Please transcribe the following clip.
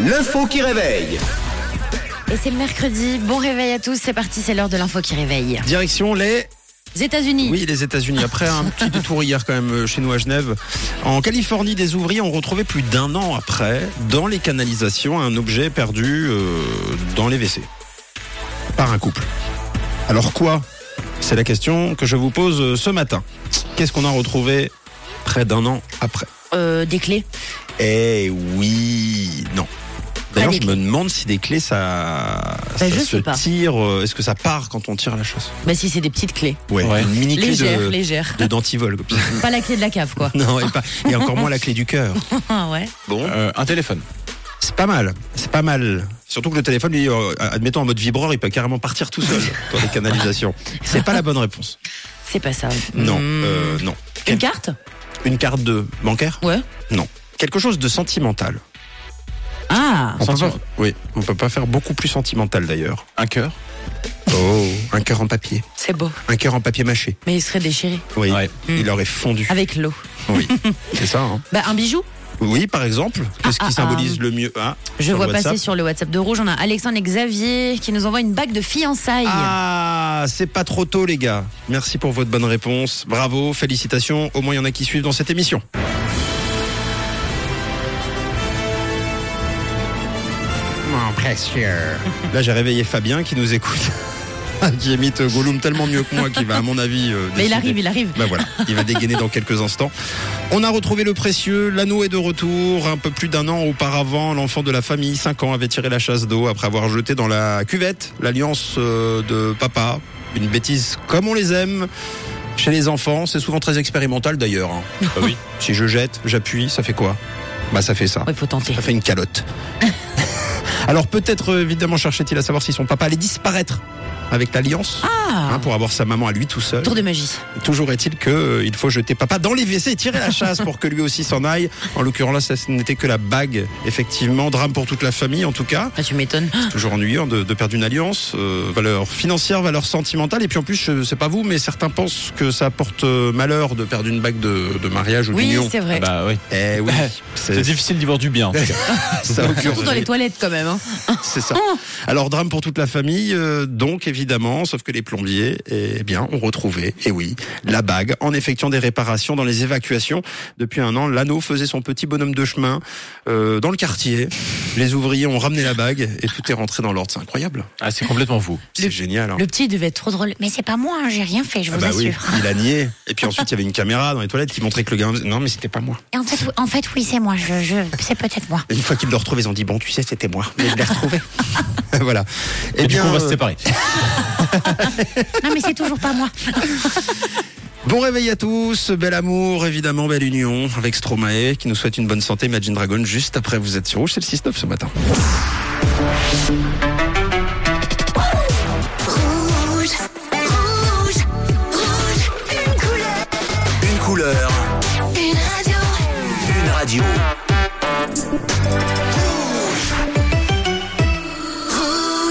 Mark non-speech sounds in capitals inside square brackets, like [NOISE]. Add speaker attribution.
Speaker 1: L'info qui réveille.
Speaker 2: Et c'est le mercredi. Bon réveil à tous. C'est parti, c'est l'heure de l'info qui réveille.
Speaker 3: Direction les
Speaker 2: Les États-Unis.
Speaker 3: oui les États-Unis après un petit détour hier quand même euh, chez nous à Genève en Californie des ouvriers ont retrouvé plus d'un an après dans les canalisations un objet perdu euh, dans les WC par un couple. Alors quoi C'est la question que je vous pose euh, ce matin. Qu'est-ce qu'on a retrouvé près d'un an après
Speaker 2: Euh, des clés.
Speaker 3: Eh oui, non. D'ailleurs,
Speaker 2: des
Speaker 3: je me demande si des clés, ça,
Speaker 2: Ben,
Speaker 3: ça
Speaker 2: je
Speaker 3: se
Speaker 2: sais pas.
Speaker 3: tire. euh, Est-ce que ça part quand on tire la chasse
Speaker 2: Bah si, c'est des petites clés.
Speaker 3: Ouais, une mini clé
Speaker 2: Légères,
Speaker 3: de,
Speaker 2: légères.
Speaker 3: de
Speaker 2: [LAUGHS]
Speaker 3: dentivol. comme ça.
Speaker 2: Pas la clé de la cave,
Speaker 3: [LAUGHS]
Speaker 2: quoi.
Speaker 3: non, et, pas- et encore moins la clé du cœur.
Speaker 2: Ah ouais.
Speaker 3: Bon,
Speaker 4: un téléphone.
Speaker 3: c'est pas mal. C'est pas mal. Surtout que le téléphone, lui, euh, admettons en mode vibreur, il peut carrément partir
Speaker 2: [LAUGHS]
Speaker 3: tout seul dans les canalisations. C'est pas la bonne réponse.
Speaker 2: C'est pas ça.
Speaker 3: Non,
Speaker 2: Hmm.
Speaker 3: euh, non.
Speaker 2: Une carte
Speaker 3: Une carte de bancaire
Speaker 2: Ouais.
Speaker 3: Non. Quelque chose de sentimental.
Speaker 2: Ah.
Speaker 3: On peut pas- oui, on peut pas faire beaucoup plus sentimental d'ailleurs.
Speaker 4: Un cœur.
Speaker 3: Oh, un cœur en papier,
Speaker 2: C'est beau.
Speaker 3: un cœur en papier mâché.
Speaker 2: Mais il serait déchiré.
Speaker 3: Oui,
Speaker 4: Ouais.
Speaker 3: il aurait fondu.
Speaker 2: Avec l'eau.
Speaker 3: Oui, c'est ça. hein.
Speaker 2: Bah un bijou.
Speaker 3: Oui, par exemple, qu'est-ce
Speaker 2: Ah, ah,
Speaker 3: qui symbolise le mieux Ah,
Speaker 2: Je
Speaker 3: sur
Speaker 2: vois
Speaker 3: le
Speaker 2: passer
Speaker 3: WhatsApp.
Speaker 2: sur le WhatsApp de Rouge, on a Alexandre et Xavier qui nous envoie une bague de fiançailles.
Speaker 3: Ah, c'est pas trop tôt, les gars. Merci pour votre bonne réponse. Bravo, félicitations. Au moins, il y en a qui suivent dans cette émission. Mon précieux. Là, j'ai réveillé Fabien qui nous écoute. [LAUGHS] qui imite euh, Gollum tellement mieux que moi, qui va, à mon avis. euh,
Speaker 2: Mais il
Speaker 3: décider.
Speaker 2: arrive, il arrive.
Speaker 3: Ben voilà, il va dégainer dans quelques instants. On a retrouvé le précieux, l'anneau est de retour. Un peu plus d'un an auparavant, l'enfant de la famille, 5 ans, avait tiré la chasse d'eau après avoir jeté dans la cuvette l'alliance euh, de papa. Une bêtise comme on les aime. Chez les enfants, c'est souvent très expérimental d'ailleurs.
Speaker 2: [LAUGHS]
Speaker 3: hein.
Speaker 4: oui.
Speaker 3: Si je jette, j'appuie, ça fait quoi Bah ça fait ça.
Speaker 2: Il faut tenter.
Speaker 3: Ça fait
Speaker 2: [LAUGHS]
Speaker 3: une calotte. Alors peut-être euh, évidemment cherchait-il à savoir si son papa allait disparaître avec l'alliance
Speaker 2: Ah.
Speaker 3: hein, pour avoir sa maman à lui tout seul.
Speaker 2: Tour de magie.
Speaker 3: Toujours est-il que euh, il faut jeter papa dans les WC et tirer la chasse pour que lui aussi s'en aille. En l'occurrence là, ça, ce n'était que la bague. Effectivement, drame pour toute la famille en tout cas.
Speaker 2: Ah, tu m'étonnes.
Speaker 3: Toujours ennuyant de, de perdre une alliance, euh, valeur financière, valeur sentimentale. Et puis en plus, je sais pas vous, mais certains pensent que ça porte euh, malheur de perdre une bague de, de mariage ou
Speaker 2: Oui,
Speaker 3: d'union.
Speaker 2: c'est vrai.
Speaker 4: Bah oui. [LAUGHS]
Speaker 3: Eh oui, c'est
Speaker 4: C'est difficile d'y voir du bien. en tout cas.
Speaker 3: [LAUGHS] ça occurre.
Speaker 2: Surtout dans les toilettes quand même. hein.
Speaker 3: C'est ça. Alors drame pour toute la famille, euh, donc évidemment, sauf que les plombiers, eh bien, ont retrouvé, et oui, la bague en effectuant des réparations dans les évacuations. Depuis un an, l'anneau faisait son petit bonhomme de chemin euh, dans le quartier. Les ouvriers ont ramené la bague et tout est rentré dans l'ordre. C'est incroyable.
Speaker 4: Ah, c'est complètement fou.
Speaker 3: C'est génial. hein.
Speaker 2: Le petit il devait être trop drôle. Mais c'est pas moi, hein, j'ai rien fait, je
Speaker 3: Ah
Speaker 2: vous
Speaker 3: bah oui,
Speaker 2: assure.
Speaker 3: il a nié. Et puis ensuite, il y avait une caméra dans les toilettes qui montrait que le gars. Non, mais c'était pas moi.
Speaker 5: Et En fait, oui- en fait oui, c'est moi. Je, je, c'est peut-être moi.
Speaker 3: Et une fois qu'ils le retrouvaient, ils ont dit Bon, tu sais, c'était moi. Mais je l'ai retrouvé. [LAUGHS] voilà.
Speaker 1: Eh
Speaker 4: Et, du coup, on va
Speaker 3: euh,
Speaker 4: se séparer.
Speaker 5: Non, mais c'est toujours pas moi.
Speaker 3: Bon réveil à tous, bel amour, évidemment, belle union avec Stromae qui nous souhaite une bonne santé. Imagine Dragon, juste après, vous êtes sur Rouge, c'est le 6-9 ce matin.